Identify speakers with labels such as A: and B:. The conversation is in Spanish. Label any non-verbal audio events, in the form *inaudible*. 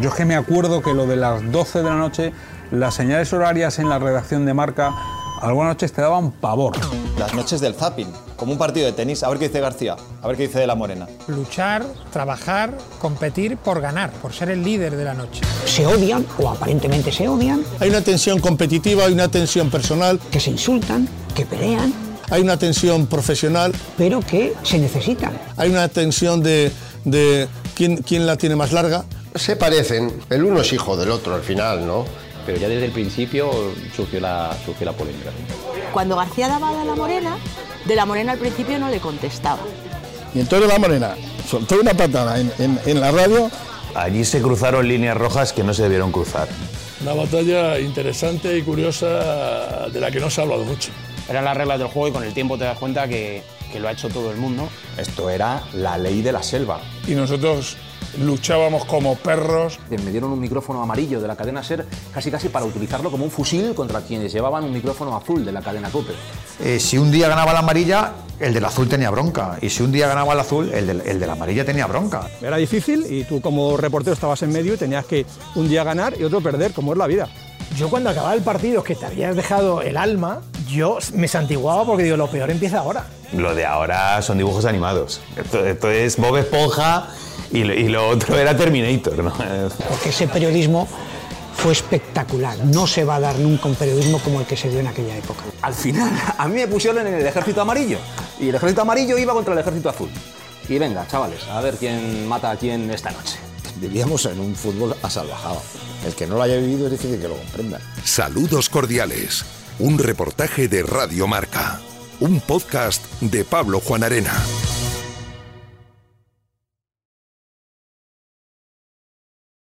A: Yo es que me acuerdo que lo de las 12 de la noche, las señales horarias en la redacción de marca, algunas noches te daban pavor.
B: Las noches del zapping, como un partido de tenis. A ver qué dice García, a ver qué dice de la Morena.
C: Luchar, trabajar, competir por ganar, por ser el líder de la noche.
D: Se odian o aparentemente se odian,
E: Hay una tensión competitiva, hay una tensión personal,
D: que se insultan, que pelean,
E: hay una tensión profesional,
D: pero que se necesitan.
E: hay una tensión de, de quién, quién la tiene más larga.
F: Se parecen, el uno es hijo del otro al final, ¿no?
G: Pero ya desde el principio surgió la, surgió la polémica.
H: Cuando García daba de la Morena, de la Morena al principio no le contestaba.
E: Y entonces la morena soltó una patada en, la radio.
I: Allí se cruzaron líneas rojas que no se debieron cruzar.
J: Una batalla interesante y curiosa de la que no se ha hablado mucho.
K: Eran las reglas del juego y con el tiempo te das cuenta que, que lo ha hecho todo el mundo.
G: Esto era la ley de la selva.
J: Y nosotros luchábamos como perros.
G: Me dieron un micrófono amarillo de la cadena SER casi casi para utilizarlo como un fusil contra quienes llevaban un micrófono azul de la cadena COPE.
I: Eh, si un día ganaba la amarilla, el del azul tenía bronca. Y si un día ganaba el azul, el del, el de la amarilla tenía bronca.
L: Era difícil y tú como reportero estabas en medio y tenías que un día ganar y otro perder, como es la vida.
C: Yo cuando acababa el partido, que te habías dejado el alma, yo me santiguaba porque digo, lo peor empieza ahora.
I: Lo de ahora son dibujos animados. Esto, esto es Bob Esponja y lo, y lo otro era Terminator. ¿no?
D: Porque ese periodismo fue espectacular. No se va a dar nunca un periodismo como el que se dio en aquella época.
G: Al final, *laughs* a mí me pusieron en el ejército amarillo. Y el ejército amarillo iba contra el ejército azul. Y venga, chavales, a ver quién mata a quién esta noche.
B: Vivíamos en un fútbol asalvajado. El que no lo haya vivido es difícil que lo comprenda.
M: Saludos cordiales. Un reportaje de Radio Marca. Un podcast de Pablo Juan Arena.